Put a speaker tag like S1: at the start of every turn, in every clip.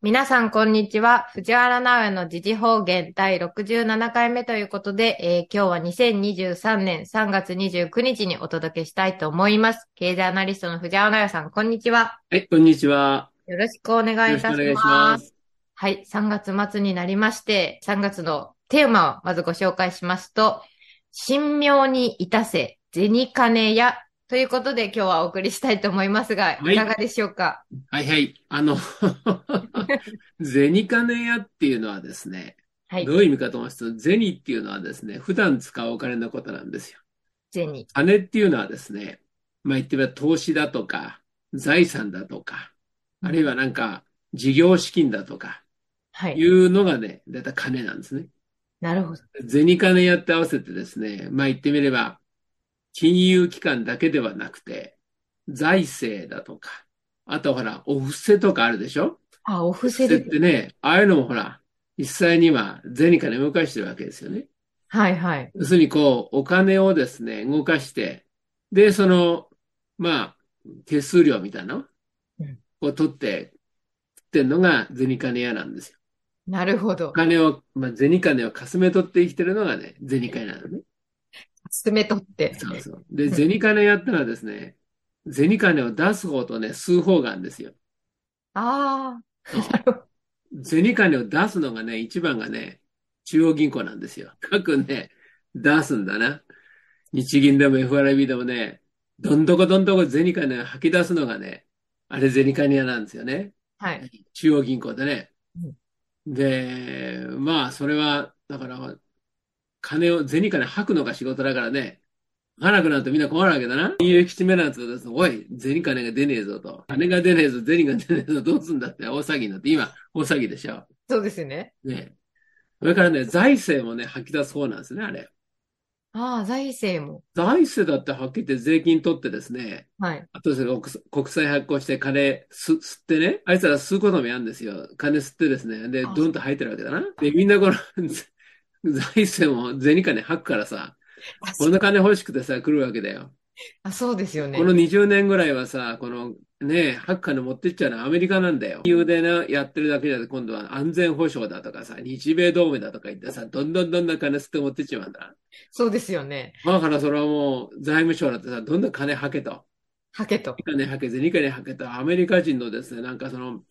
S1: 皆さん、こんにちは。藤原直哉の時事方言第67回目ということで、えー今日は2023年3月29日にお届けしたいと思います。経済アナリストの藤原直哉さん、こんにちは。
S2: はい、こんにちは。
S1: よろしくお願いいたします。
S2: よろしくお願いします
S1: はい、3月末になりまして、3月のテーマをまずご紹介しますと、神妙にいたせ、銭金屋ということで今日はお送りしたいと思いますが、
S2: はい
S1: いかがでしょうか
S2: はいはい。あの、 銭金屋っていうのはですね、
S1: はい
S2: ど、ういう意味かと思いますと、銭っていうのはですね、普段使うお金のことなんですよ。
S1: 銭。
S2: 金っていうのはですね、まあ言ってみれば投資だとか、財産だとか、あるいはなんか事業資金だとか、
S1: はいい。
S2: うのがね、だいたい金なんですね。
S1: なるほど。
S2: 銭金屋って合わせてですね、まあ言ってみれば、金融機関だけではなくて、財政だとか、あとほら、お布施とかあるでしょ
S1: あ、お布
S2: お布
S1: 施
S2: 施
S1: で
S2: っ
S1: す。
S2: てね、ああいうのもほら、実際には銭金動かしてるわけですよね。
S1: はいはい。
S2: 要するにこう、お金をですね、動かして、で、その、まあ、手数料みたいな
S1: うん
S2: のを取って、取ってんのが銭金屋なんですよ。
S1: なるほど
S2: お。金を、まあ、銭金をかすめ取って生きてるのがね、銭金屋なのね。
S1: 進めとって。
S2: そうそう。で、銭金やったらですね、銭金を出す方とね、吸う方があるんですよ。
S1: あ
S2: うん
S1: あ、なるほど。
S2: 銭金を出すのがね、一番がね、中央銀行なんですよ。各ね、出すんだな。日銀でも FRB でもね、どんどこどんどこ銭金を吐き出すのがね、あれ銭金屋なんですよね。
S1: はい。
S2: 中央銀行でね。で、まあ、それは、だから、金を、銭金吐くのが仕事だからね、吐かなくなるとみんな困るわけだな。金融引き締めなんつうとですね、おい、銭金が出ねえぞと。金が出ねえぞ、銭が出ねえぞ、どうすんだって大騒ぎになって、今、大騒ぎでしょ。
S1: そうですね。
S2: ね。それからね、財政もね、吐き出す方なんですね、あれ。
S1: ああ、財政も。
S2: 財政だってはっきり言って税金取ってですね、
S1: はい。
S2: あとそれ国国債発行して金す吸ってね、あいつら吸うこともやるんですよ。金吸ってですね、で、
S1: あ
S2: ドンと入ってるわけだな。で、みんなこの 財政も銭金吐くからさ、この金欲しくてさ、来るわけだよ。
S1: あ、そうですよね
S2: こ。の20年ぐらいはさ、このね、吐く金持ってっちゃうのはアメリカなんだよ。金融でな、やってるだけじゃなくて、今度は安全保障だとかさ、日米同盟だとか言ってさ、どんどんどんどん金吸って持ってっちまうんだな。
S1: そうですよね。
S2: だからそれはもう、財務省だってさ、どんどん金吐けと。
S1: はけと。
S2: 金はけず、ニカにはけたアメリカ人のですね、なんかその、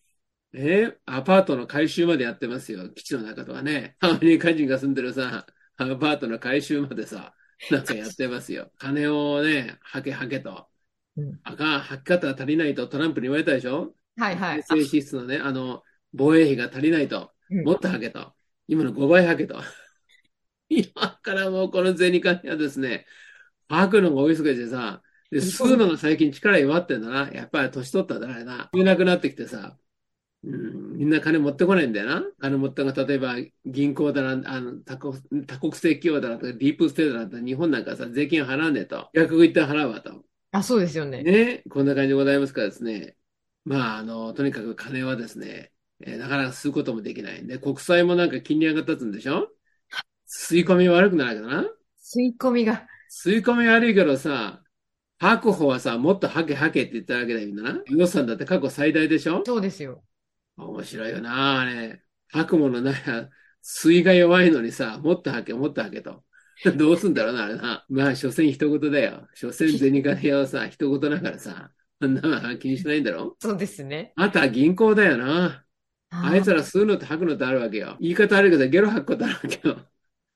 S2: えーアパートの改修までやってますよ、基地の中とかね。アメリカ人が住んでるさ、アパートの改修までさ、なんかやってますよ。金をね、はけはけと
S1: うん。
S2: あかん、はき方が足りないとトランプに言われたでしょ
S1: はいはい。
S2: 政支出のね、あの、防衛費が足りないと。
S1: うん
S2: もっとはけと。今の5倍はけと。 今からもうこの銭金はですね、吐くのが追いすぎてさ、で、吸うのが最近力弱ってんだな。やっぱり年取ったんだな。言えなくなってきてさ、うん、みんな金持ってこないんだよな。金持ったのが、例えば銀行だな、あの、多国、多国籍企業だなとか、ディープステートだなとか、日本なんかさ、税金払わねえと。逆一旦払うわと。
S1: あ、そうですよね。
S2: ね、こんな感じでございますからですね、まあ、あの、とにかく金はですね、えーなかなか吸うこともできないんで、国債もなんか金利上が立つんでしょ吸い込み悪くなるわけどな。
S1: 吸い込みが。
S2: 吸い込み悪いけどさ、吐く方はさ、もっと吐け吐けって言ったわけだよ、みんなな。予算だって過去最大でしょ
S1: そうですよ。
S2: 面白いよな、あれ。吐くものないや、吸いが弱いのにさ、もっと吐け、もっと吐けと。 どうすんだろうな、あれな。まあ、所詮一言だよ。所詮銭金屋はさ、一言だからさ、そんなの気にしないんだろ
S1: そうですね。
S2: あとは銀行だよな。あいつ
S1: ら。
S2: ら吸うのと吐くのとあるわけよ。言い方悪いけど、ゲロ吐くことあるわけよ。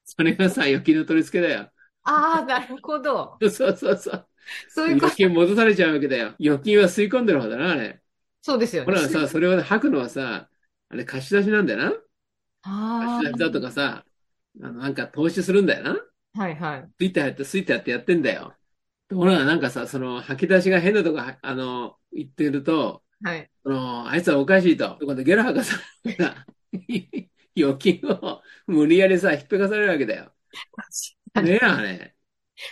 S2: それがさ、預金の取り付けだよ。
S1: ああ、なるほど。
S2: そうそうそう。
S1: そういうこ
S2: 預
S1: と。
S2: 金戻されちゃうわけだよ。預金は吸い込んでる方だな、あれ。
S1: そうですよ
S2: ほ
S1: ね。
S2: らさ、それを吐くのはさ、あれ貸し出しなんだよな。
S1: あ
S2: 貸し出しだとかさ、あの、なんか投資するんだよな。
S1: あ。はいはい。
S2: スイッターやって、スイッターやってやってんだよ。ところがなんかさ、その吐き出しが変なとこ、はあの、言ってると、
S1: はい。
S2: その、あいつはおかしいと。今度ゲラ吐かされるから、 預金を無理やりさ、引っぺかされるわけだよ。
S1: はい
S2: ねえ、あれ。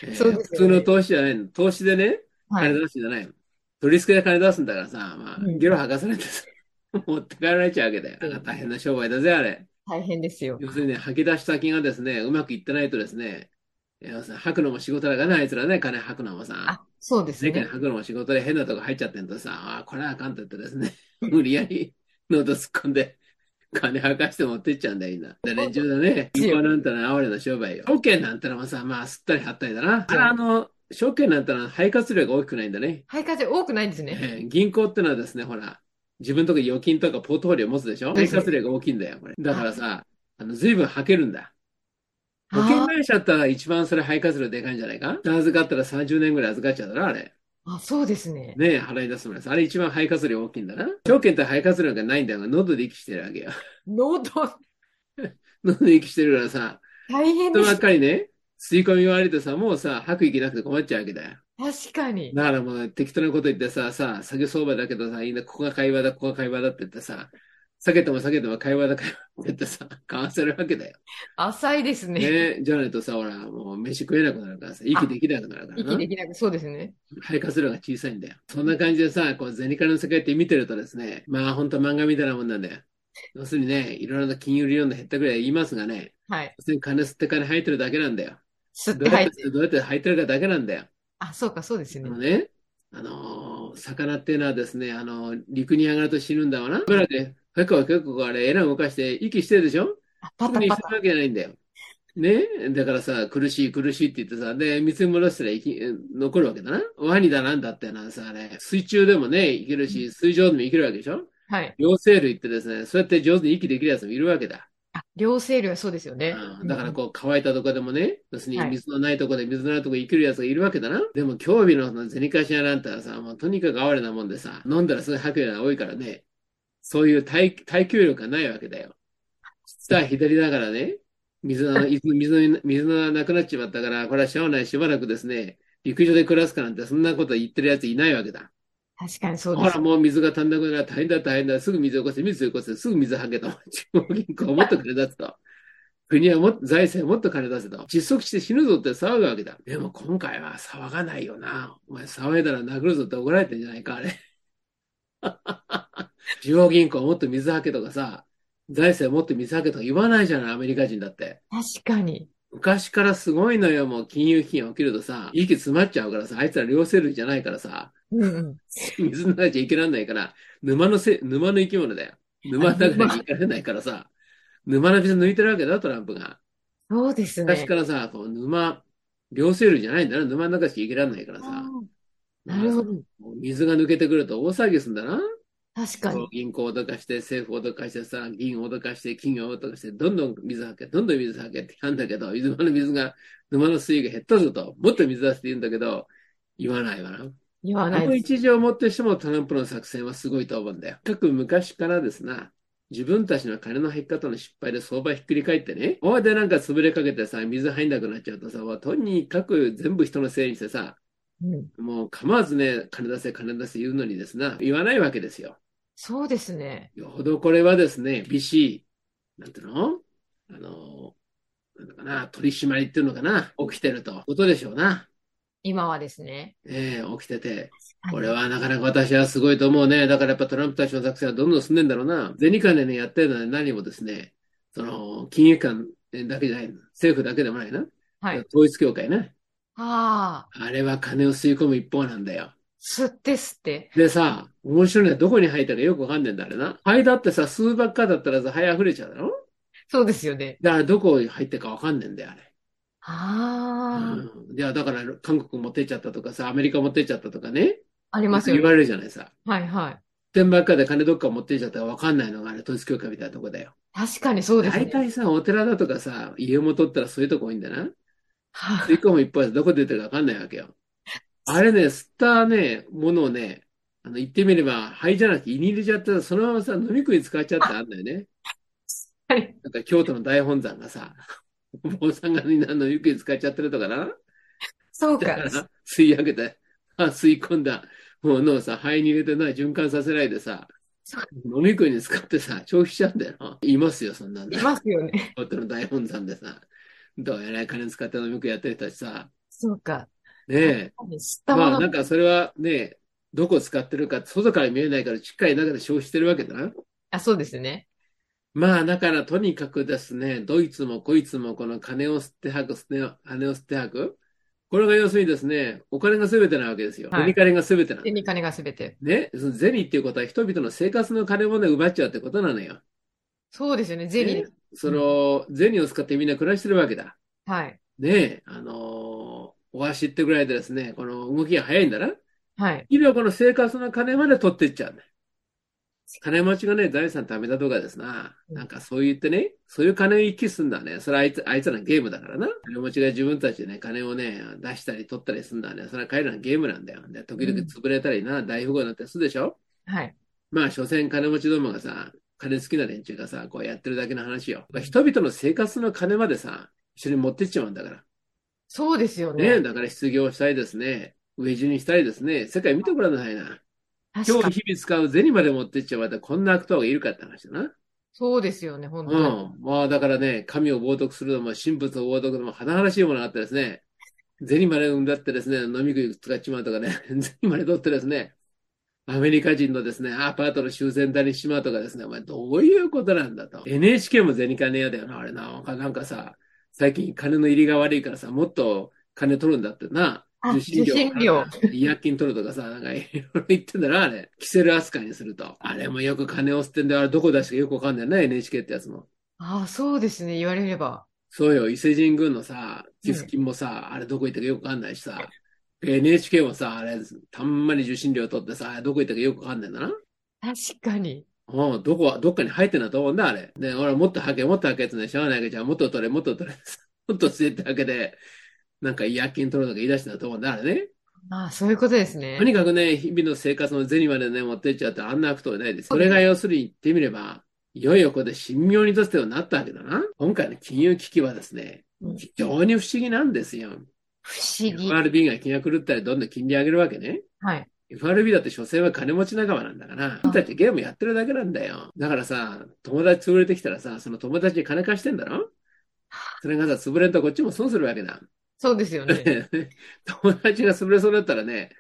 S2: えー
S1: そうですよね
S2: 普通の投資じゃないの。投資でね、
S1: は
S2: 金
S1: い。
S2: 出すんじゃないの。取り付けで金出すんだからさ、まあ
S1: う、ん
S2: ゲロ吐かされてさ、 持って帰られちゃうわけだよ。なんか大変な商売だぜ、あれ。
S1: 大変ですよ。
S2: 要するにね、吐き出し先がですね、うまくいってないとですね、要するに吐くのも仕事だからね、あいつらね、金吐くのもさ、
S1: あ、そうです
S2: 税金
S1: ね。
S2: 吐くのも 仕事で変なとこ入っちゃってんとさ、あーこれはあかんと言ってですね、無理やり喉突っ込んで金はかして持ってっちゃうんだよ、みんな。で、連 中だね。銀行なんたら哀れな商売よ。証券なんたらまさ、まあ、すったりはったりだな。あれあの、証券なんたら肺活量が大きくないんだね。
S1: 肺活量多くないんですね。
S2: えー銀行ってのはですね、ほら、自分とか預金とかポートフォリオ持つでしょ
S1: はい
S2: 肺活量が大きいんだよ、これ。だからさ、あの、随分はけるんだ。保険会社だったら一番それ肺活量でかいんじゃないか預かったら30年ぐらい預かっちゃうだろ、あれ。
S1: あーあ、そうですね。
S2: ねえ、払い出すもんです。あれ一番肺活量大きいんだな。証券って肺活量がないんだよ。喉で息してるわけよ。
S1: 喉、
S2: 喉で息してるからさ、
S1: 大変
S2: 人
S1: で
S2: ば
S1: す
S2: っ。かりね、吸い込み悪いとさ、もうさ、吐く息なくて困っちゃうわけだよ。
S1: 確かに。
S2: だからもう適当なこと言ってさ、さ、下げ相場だけどさ、いいな、ここが会話だ、ここが会話だって言ってさ、下げても下げても会話だ、会話だって言ってさ、 買わせるわけだよ。
S1: 浅いですね。
S2: ねえ、じゃないとさ、ほら、もう飯食えなくなるからさ、息できなくなるからな
S1: 息。できなく、そうですね。
S2: 肺活量が小さいんだよ。そんな感じでさ、こう、ゼニカの世界って見てるとですね、まあ本当漫画みたいなもんなんだよ。要するにね、いろいろな金融理論の減ったぐらいは言いますがね、
S1: はい。
S2: 要するに金吸って金入ってるだけなんだよ。
S1: 吸っ
S2: ど
S1: て
S2: うや
S1: 入っ
S2: っ、
S1: て
S2: どうやって入ってるかだけなんだよ。
S1: あ、そうか、そうです
S2: あの
S1: ね。
S2: ね、あのー魚っていうのはですね、あのー陸に上がると死ぬんだわな。カメラで、結構結構あれ、エラ動かして息してるでしょ
S1: あパ
S2: 特
S1: タ
S2: に
S1: パ
S2: して
S1: タ。
S2: るわけじゃないんだよ。ね、だからさ、苦しい苦しいって言ってさ、で、水に戻したら生き残るわけだな。ワニだなんだってなさ、あれ、水中でもね、生きるし、水上でも生きるわけでしょ
S1: はい。
S2: 両生類ってですね、そうやって上手に息できるやつもいるわけだ。
S1: あ、両生類はそうですよね。
S2: うんだからこう、乾いたとこでもね、要するに
S1: はい
S2: 水のないとこで水のないとこ生きるやつがいるわけだな。でも、興味のそのゼニカシアなんてのはさ、もうとにかく哀れなもんでさ、飲んだらすぐ吐くような多いからね、そういう耐耐久力がないわけだよ。実は左だからね、水 の、水の、水の水がなくなっちまったから、これはしょうがない、しばらくですね、陸上で暮らすかなんて、そんなこと言ってるやついないわけだ。
S1: 確かにそう
S2: ほ
S1: で
S2: ら、
S1: す。
S2: もう水が足んなくなる大変だ、大変だ、すぐ水をこせ、水をこせ、すぐ水はけと。中央銀行はもっと金出 すと。国はもっと財政はもっと金出せと。窒息して死ぬぞって騒ぐわけだ。でも今回は騒がないよな。お前騒いだら殴るぞって怒られてんじゃないか、あれ。 中央銀行はもっと水はけとかさ、財政はもっと水はけとか言わないじゃない、アメリカ人だって。
S1: 確かに。
S2: 昔からすごいのよ、もう金融危機が起きるとさ、息詰まっちゃうからさ、あいつら両生類じゃないからさ、
S1: うんうん。
S2: 水の中じゃ生きられないから、沼のせ、沼の生き物だよ。沼の中に生きられないからさ、沼の水抜いてるわけだ、トランプが。
S1: そうですね
S2: 昔。からさ、こう沼、両生類じゃないんだな、沼の中しか生きられないからさ、
S1: あーなるほど。
S2: もう水が抜けてくると大騒ぎするんだな。
S1: 確かに。
S2: 銀行を脅かして、政府を脅かしてさ、議員を脅かして、企業を脅かして、どんどん水はけ、どんどん水はけって言うんだけど、沼の水が、沼の水位が減ったぞと、もっと水出して言うんだけど、言わないわな。
S1: 言わ
S2: こ
S1: ない
S2: の
S1: です。
S2: 一条をもってしてもトランプの作戦はすごいと思うんだよ。かく昔からですな、自分たちの金の入り方の失敗で相場ひっくり返ってね、おいでなんか潰れかけてさ、水入んなくなっちゃうとさ、もうとにかく全部人のせいにしてさ、
S1: うん
S2: もう構わずね、金出せ、金出せ言うのにですな、言わないわけですよ。
S1: そうですね。
S2: よほどこれはですね、厳しい、なんていうのあの、なんだかな、取り締まりっていうのかな、起きてると、ことでしょうな。
S1: 今はですね。
S2: ええ起きてて。
S1: はい
S2: これはなかなか私はすごいと思うね。だからやっぱトランプたちの作戦はどんどん進んでんだろうな。銭金ね、やってるのは何もですね、その、金融機関だけじゃないの。政府だけでもないな。
S1: はい。
S2: 統一教会ね。
S1: ああ、
S2: あれは金を吸い込む一方なんだよ。
S1: 吸って吸って。
S2: でさ、面白いのはどこに入ったかよくわかんねえんだ、あれな。灰だってさ、吸うばっかだったらさ、灰溢れちゃうだろ
S1: そうですよね。
S2: だからどこに入ってかわかんねえんだよ、あれ。
S1: ああ、
S2: うん、いや、だから韓国持ってっちゃったとかさ、アメリカ持ってっちゃったとかね。
S1: あります
S2: 言
S1: よ
S2: わ
S1: ね。
S2: れるじゃないさ。
S1: はいはい。
S2: 点ばっかで金どっか持っていっちゃったら分かんないのがあれ、統一教会みたいなとこだよ。
S1: 確かにそうです
S2: 大
S1: ね。
S2: 体さ、お寺だとかさ、家も取ったらそういうとこ多いんだな。
S1: は
S2: 吸い込む一方でどこ出てるか分かんないわけよ。あれね、吸ったね、ものをね、あの、言ってみれば、肺じゃなくて胃に入れちゃってさ、そのままさ、飲み食い使っちゃってあんだよね。
S1: はい
S2: なんか京都の大本山がさ、お坊さんがみんな飲み食い使っちゃってるとかな。
S1: そう
S2: だ
S1: か
S2: か。ら、吸い上げた、あ、吸い込んだ、もう脳さ、肺に入れてない、循環させないでさ
S1: そう、
S2: 飲み食いに使ってさ、消費しちゃうんだよな。いますよ、そんなん
S1: い
S2: で。
S1: ますよね。
S2: 本当の大本山でさ、どうやら金使って飲み食いやってる人たちさ、
S1: そうか。
S2: ねえ、
S1: 吸った
S2: ま
S1: も
S2: あ
S1: の
S2: なんかそれはね、どこ使ってるか、外から見えないから、しっかり中で消費してるわけだな。
S1: あ、そうですね。
S2: まあだからとにかくですね、ドイツもこいつもこの金を吸って吐く、吸って金を吸って吐く。これが要するにですね、お金が全てなわけですよ。
S1: はい
S2: お金が全てなの
S1: 手に金がすべて。
S2: ね、その銭っていうことは人々の生活の金もね、奪っちゃうってことなのよ。
S1: そうですよね、ゼリー。
S2: ねその、銭を使ってみんな暮らしてるわけだ。
S1: はい。
S2: ねえ、あのーお足ってぐらいでですね、この動きが早いんだな。
S1: はい。
S2: いはこの生活の金まで取っていっちゃうんだ。金持ちがね、財産貯めたとかですな。なんかそう言ってね、そういう金を行きすんだね。それはあいつ、あいつらのゲームだからな。金持ちが自分たちでね、金をね、出したり取ったりすんだね。それは彼らのゲームなんだよ。で、時々潰れたりな、大富豪になったりするでしょ
S1: はい。
S2: まあ、所詮金持ちどもがさ、金好きな連中がさ、こうやってるだけの話よ。人々の生活の金までさ、一緒に持ってっちまうんだから。
S1: そうですよ
S2: ね
S1: ね。
S2: だから失業したいですね。飢え死にしたいですね。世界見てごらんなさいな。今
S1: 確かに。
S2: 日日々使う銭まで持ってっちゃうまたこんな悪党がいるかって話だな。
S1: そうですよね、本当
S2: う
S1: に。
S2: ん。まあだからね、神を冒涜するのも、神仏を冒涜するのも、華々しいものがあってですね、銭まで生んだってですね、飲み食い使っちまうとかね、 銭まで取ってですね、アメリカ人のですね、アパートの修繕代にしまうとかですね、お前どういうことなんだと。NHK も銭金屋だよな、あれな。なんかさ、最近金の入りが悪いからさ、もっと金取るんだってな。
S1: あ
S2: 受信料。
S1: 受信料
S2: 違約金取るとかさ、なんかいろいろ言ってんだな、あれ。キセル扱いにすると。あれもよく金を捨てんだよ。あれどこ出してかよくわかんないな、NHK ってやつも。
S1: ああ、そうですね、言われれば。
S2: そうよ、伊勢神宮のさ、寄付金もさ、あれどこ行ったかよくわかんないしさ、NHK もさ、あれ、たんまに受信料取ってさ、あれどこ行ったかよくわかんないんだな。
S1: 確かに。
S2: うん、どこは、どっかに入ってんだと思うんだ、あれ。で、俺もっとはけ、もっとはけってね、しゃあないけど、じゃあもっと取れ、もっと取れ、もっと捨てってわけで、なんか違約金取るとか言い出してんだと思うんだ、あれね。
S1: ああ、そういうことですね
S2: と。にかくね、日々の生活の銭までね、持ってっちゃってあんな悪党いないです。それが要するに言ってみれば、いよいよここで神妙にとってはなったわけだな。今回の金融危機はですね
S1: うん、
S2: 非常に不思議なんですよ。
S1: 不思議。
S2: FRB が気が狂ったり、どんどん金利上げるわけね。
S1: はい。
S2: FRB だって所詮は金持ち仲間なんだから、君たちゲームやってるだけなんだよ。だからさ、友達潰れてきたらさ、その友達に金貸してんだろそれがさ、潰れんとこっちも損するわけだ。
S1: そうですよね。
S2: 友達が潰れそうだったらね、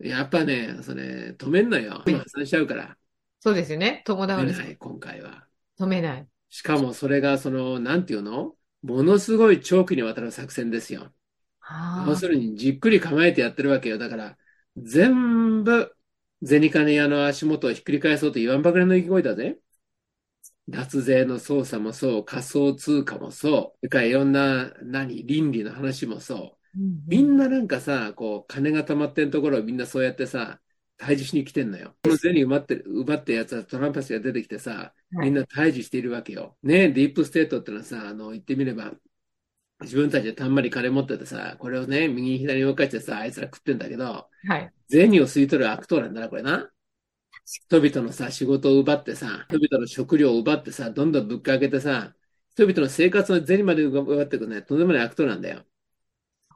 S2: やっぱね、それ、止めんのよ。破産しちゃうから。
S1: そうですよね。友
S2: 止め
S1: 達
S2: ない、今回は。
S1: 止めない。
S2: しかもそれが、その、なんていうのものすごい長期にわたる作戦ですよ。
S1: あ
S2: 要
S1: あ
S2: す、るに、じっくり構えてやってるわけよ。だから、全部、銭金屋の足元をひっくり返そうと言わんばかりの意気込みだぜ。脱税の操作もそう、仮想通貨もそう、それからいろんな、何、倫理の話もそう。
S1: うん
S2: みんななんかさ、こう、金が溜まってんところをみんなそうやってさ、退治しに来てんのよ。この銭奪って、奪ってやつはトランプ氏が出てきてさ、みんな退治しているわけよ。ねえディープステートってのはさ、あの、言ってみれば、自分たちでたんまり金持っててさ、これをね、右に左に動かしてさ、あいつら食ってんだけど、
S1: はい。
S2: 銭を吸い取る悪党なんだな、これな。人々のさ、仕事を奪ってさ、人々の食料を奪ってさ、どんどんぶっかけてさ、人々の生活の銭まで奪ってくね、とんでもない悪党なんだよ。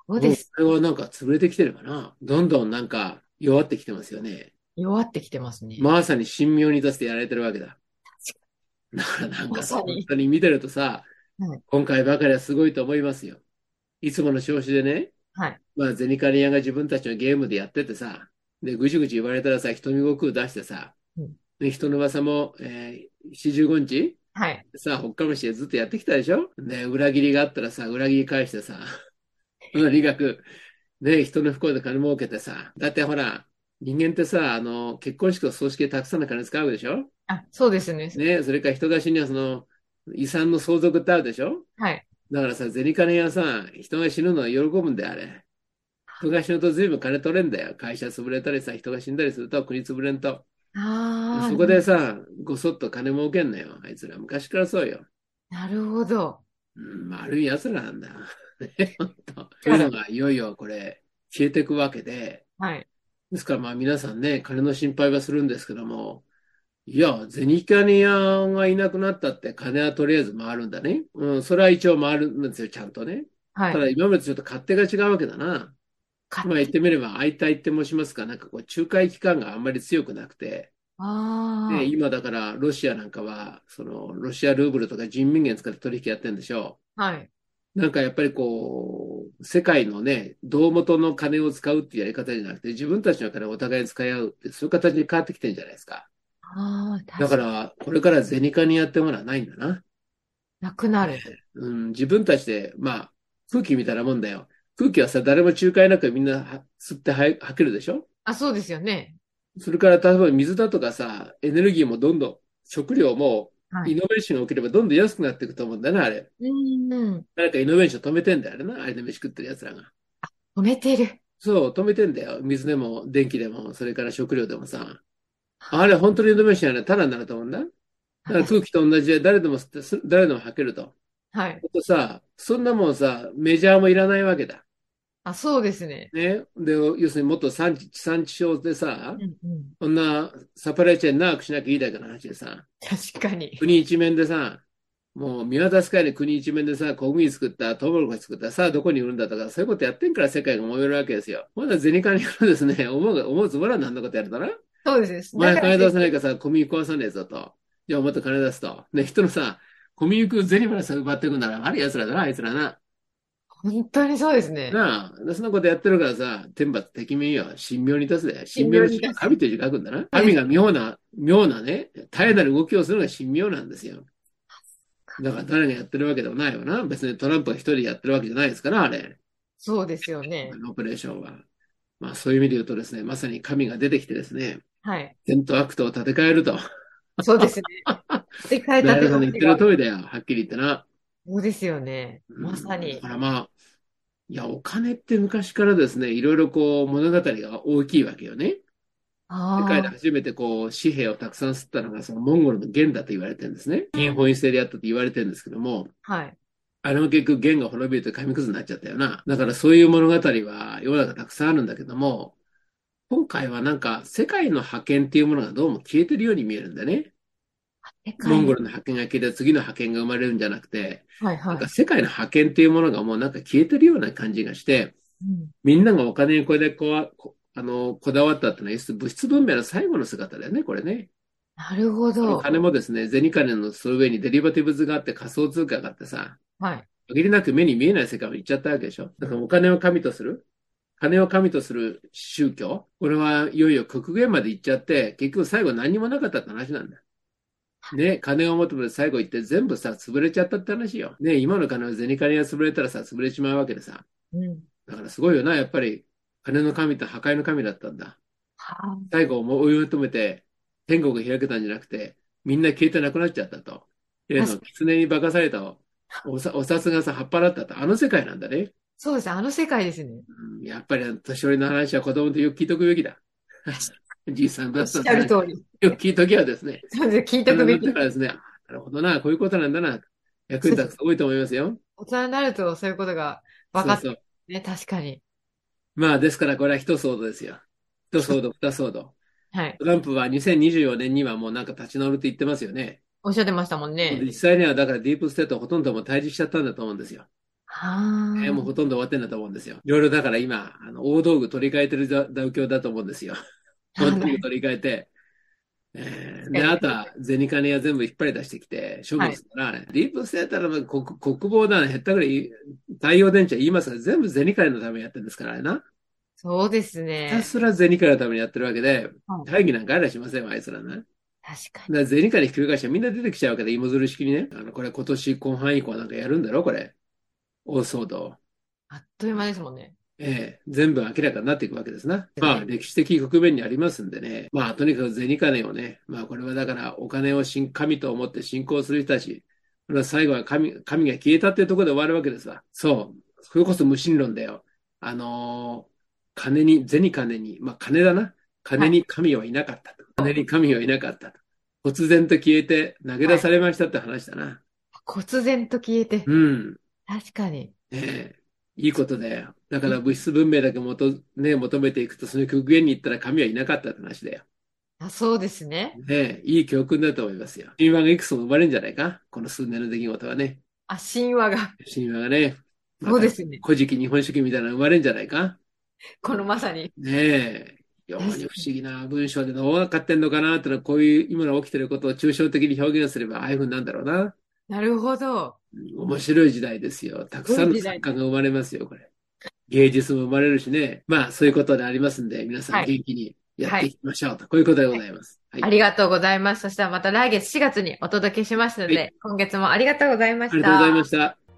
S1: そうです。
S2: それはなんか潰れてきてるかな。どんどんなんか弱ってきてますよね。
S1: 弱ってきてますね。
S2: まさに神妙に出してやられてるわけだ。だからなんか
S1: まさに
S2: 本当に見てるとさ
S1: はい、
S2: 今回ばかりはすごいと思いますよ。いつもの調子でね、
S1: はい。
S2: まあ、ゼニカリアが自分たちのゲームでやっててさ、で、ぐちぐち言われたらさ、瞳悟空出してさ
S1: うん、
S2: で、人の噂も、えー、45日
S1: はい。
S2: さあ、ほっかむしでずっとやってきたでしょね、裏切りがあったらさ、裏切り返してさ、 とにかく、ね、人の不幸で金儲けてさ、だってほら、人間ってさ、あの、結婚式と葬式でたくさんの金使うわけでしょ
S1: あ、そうですね。
S2: ね、それから人が死にはその、遺産の相続ってあるでしょ
S1: はい。
S2: だからさ、銭金屋さ、人が死ぬのは喜ぶんだよ、あれ。人が死ぬと随分金取れんだよ。会社潰れたりさ、人が死んだりすると、国潰れんと。
S1: ああ、
S2: そこでさ、ごそっと金儲けんのよ、あいつら。昔からそうよ。
S1: なるほど。
S2: うん、悪い奴ら なんだ。ね、ほんと。というのが、いよいよこれ、消えていくわけで、
S1: はい。
S2: ですからまあ皆さんね、金の心配はするんですけども、いや、銭金屋がいなくなったって金はとりあえず回るんだね。うん、それは一応回るんですよ、ちゃんとね。
S1: は
S2: ただ
S1: い。
S2: 今までとちょっと勝手が違うわけだな。
S1: か
S2: まあ言ってみれば、相対って申しますか、なんかこう、仲介機関があんまり強くなくて、
S1: ああ、
S2: ね、今だからロシアなんかは、その、ロシアルーブルとか人民元使って取引やってるんでしょう。
S1: はい。
S2: なんかやっぱりこう、世界のね、胴元の金を使うっていうやり方じゃなくて、自分たちの金をお互いに使い合うって、そういう形に変わってきてるんじゃないですか。
S1: ああ、
S2: だか、
S1: 確から
S2: これから銭金やってものはないんだな。
S1: なくなる。
S2: うん、自分たちで、まあ、空気みたいなもんだよ。空気はさ、誰も仲介なくみんなは吸ってはい吐けるでしょ
S1: あ、そうですよね。
S2: それから、例えば水だとかさ、エネルギーもどんどん、食料も
S1: はい
S2: イノベーションが起きればどんどん安くなっていくと思うんだよな、あれ。
S1: うんうん。
S2: 誰かイノベーション止めてんだよ、あれな。あれで飯食ってる奴らが。
S1: 止めてる。
S2: そう、止めてんだよ。水でも、電気でも、それから食料でもさ。あれ、本当にイノベーションやね、ただになると思うんだ。だから空気と同じで、誰でも吸って、す誰でも吐けると。
S1: はい。
S2: あとさ、そんなもんさ、メジャーもいらないわけだ。
S1: あ、そうですね。
S2: ね。で、要するにもっと産地、地産地消でさ、
S1: うんうん。
S2: こんなサプライチェーン長くしなきゃいいだけの話でさ、
S1: 確かに。
S2: 国一面でさ、もう見渡す限り国一面でさ、小麦作った、トウモロコシ作った、さあどこに売るんだとか、そういうことやってんから世界が燃えるわけですよ。まだ銭金からですね、思うが、思うつぼらんなんのことやるだな。
S1: そうです
S2: お前
S1: だか
S2: 金
S1: ら
S2: 出さないからさ、小麦壊さねえぞと。じゃあもっと金出すと。ね、人のさ、小麦食う銭からさ、奪っていくんなら悪い奴らだな、あいつらな。
S1: 本当にそうですね。
S2: なあ、そんなことやってるからさ、天罰敵民よ、神妙に立つで、神妙の字
S1: 神妙に立つ
S2: 神という字書くんだな。神が妙な、妙なね、絶えなる動きをするのが神妙なんですよ。だから誰がやってるわけでもないよな。別にトランプが一人でやってるわけじゃないですから、あれ。
S1: そうですよね
S2: あ。のオペレーションは。まあそういう意味で言うとですね、まさに神が出てきてですね、
S1: はい。
S2: 善と悪とを立て替えると。
S1: そうですね。世界
S2: ダイ
S1: 立て
S2: ヤさんの言ってる通りだよ、はっきり言ってな。
S1: そうですよね。
S2: うん
S1: まさに
S2: だか。らまあ、いや、お金って昔からですね、いろいろこう物語が大きいわけよね。世
S1: あ
S2: 界で
S1: あ。
S2: 初めてこう紙幣をたくさん吸ったのがそのモンゴルの元だと言われてるんですね。金本位制でやったと言われてるんですけども、
S1: はい。
S2: あれも結局元が滅びると紙くずになっちゃったよな。だからそういう物語は世の中たくさんあるんだけども、今回はなんか世界の覇権っていうものがどうも消えてるように見えるんだね。
S1: 世界
S2: モンゴルの覇権が消えて次の覇権が生まれるんじゃなくて、
S1: はい
S2: なん
S1: はい
S2: か。世界の覇権っていうものがもうなんか消えてるような感じがして、
S1: うん
S2: みんながお金にこれでこわこ、あの、こだわったっていうのは、要するに物質文明の最後の姿だよね、これね。
S1: なるほ
S2: あの
S1: ど。
S2: 金もですね、銭金のその上にデリバティブズがあって仮想通貨があってさ、
S1: はい。
S2: 限りなく目に見えない世界を行っちゃったわけでしょ。だからお金を神とする、金を神とする宗教、これはいよいよ極限まで行っちゃって、結局最後何にもなかったって話なんだ。ね、金を求めて最後行って全部さ、潰れちゃったって話よ。ね、今の金は銭金が潰れたらさ、潰れちまうわけでさ。
S1: うん。
S2: だからすごいよな、やっぱり金の神と破壊の神だったんだ。
S1: はあ。
S2: 最後を追い求めて天国が開けたんじゃなくてみんな消えてなくなっちゃったと。例の狐に化かされたおさお札がさ葉っぱだったとあの世界なんだね。
S1: そうですね。あの世界ですね。
S2: うんやっぱりあの年寄りの話は子供とよく聞いとくべきだ。じいさん
S1: おっ
S2: だった
S1: し
S2: ん
S1: ゃ
S2: だ
S1: る
S2: よ
S1: 通り。
S2: く聞いときはですね。
S1: そうです。聞いとくべき
S2: だ。からですね、あなるほどな、こういうことなんだな。役に立つ人多いと思いますよ。
S1: 大人になるとそういうことが分かって
S2: そうそう。
S1: ね。確かに。
S2: まあですからこれは一騒動ですよ。一騒動、二騒動。
S1: はい。
S2: トランプは2024年にはもうなんか立ち直るって言ってますよね。
S1: おっしゃってましたもんね。
S2: 実際にはだからディープステートほとんどもう退治しちゃったんだと思うんですよ。
S1: はあ。
S2: えーもうほとんど終わってんだと思うんですよ。いろいろだから今、あの大道具取り替えてる状況だと思うんですよ。大道具取り替えて。えーで、あとは銭金は全部引っ張り出してきて、処分するから、ねディープステートの国国防団、へったくり、太陽電池は言いますが、全部銭金のためにやってるんですからねな。
S1: そうです
S2: ひた
S1: ね。
S2: すら銭金のためにやってるわけで
S1: は、い
S2: 会議なんかありゃしませんわ、あいつらな。
S1: 確かに。
S2: だからゼニカにひっくり返してみんな出てきちゃうわけで、芋づる式にね。あの、これ今年後半以降なんかやるんだろこれ。大騒動。
S1: あっという間ですもんね。
S2: ええ、全部明らかになっていくわけですな。
S1: ええ
S2: まあ、歴史的局面にありますんでね。まあ、とにかく銭金をね、まあ、これはだから、お金を神神と思って信仰する人たち、これは最後は神、神が消えたっていうところで終わるわけですわ。そう。それこそ無神論だよ。あのー金に、銭金に、まあ、金だな。金に神はいなかったと。金に神はいなかったと。突然と消えて投げ出されましたって話だな。
S1: 忽然と消えて。
S2: うん。
S1: 確かに。
S2: ねえ、いいことだよ。だから物質文明だけもと、ね、求めていくと、その極限に行ったら神はいなかったって話だよ。
S1: あ、そうですね。
S2: ねえ、いい教訓だと思いますよ。神話がいくつも生まれるんじゃないかこの数年の出来事はね。
S1: あ、神話が。
S2: 神話がね、ま
S1: そうで
S2: た
S1: すね。
S2: 古事記、日本書紀みたいなの生まれるんじゃないか
S1: このまさに。
S2: ねえ、非常に不思議な文章でどうなっかってんのかなってのは、こういう今の起きてることを抽象的に表現すれば、ああいうふうになるんだろうな。
S1: なるほど。
S2: 面白い時代ですよ。たくさんの作家が生まれますよ、これ。芸術も生まれるしね。まあ、そういうことでありますんで、皆さ
S1: は
S2: ん
S1: い
S2: 元気にやっていきましょうと。こういうことでございます。はい。
S1: ありがとうございます。そしたらまた来月4月にお届けしますので、
S2: は
S1: 今月もありがとうございま
S2: ありがとうございました。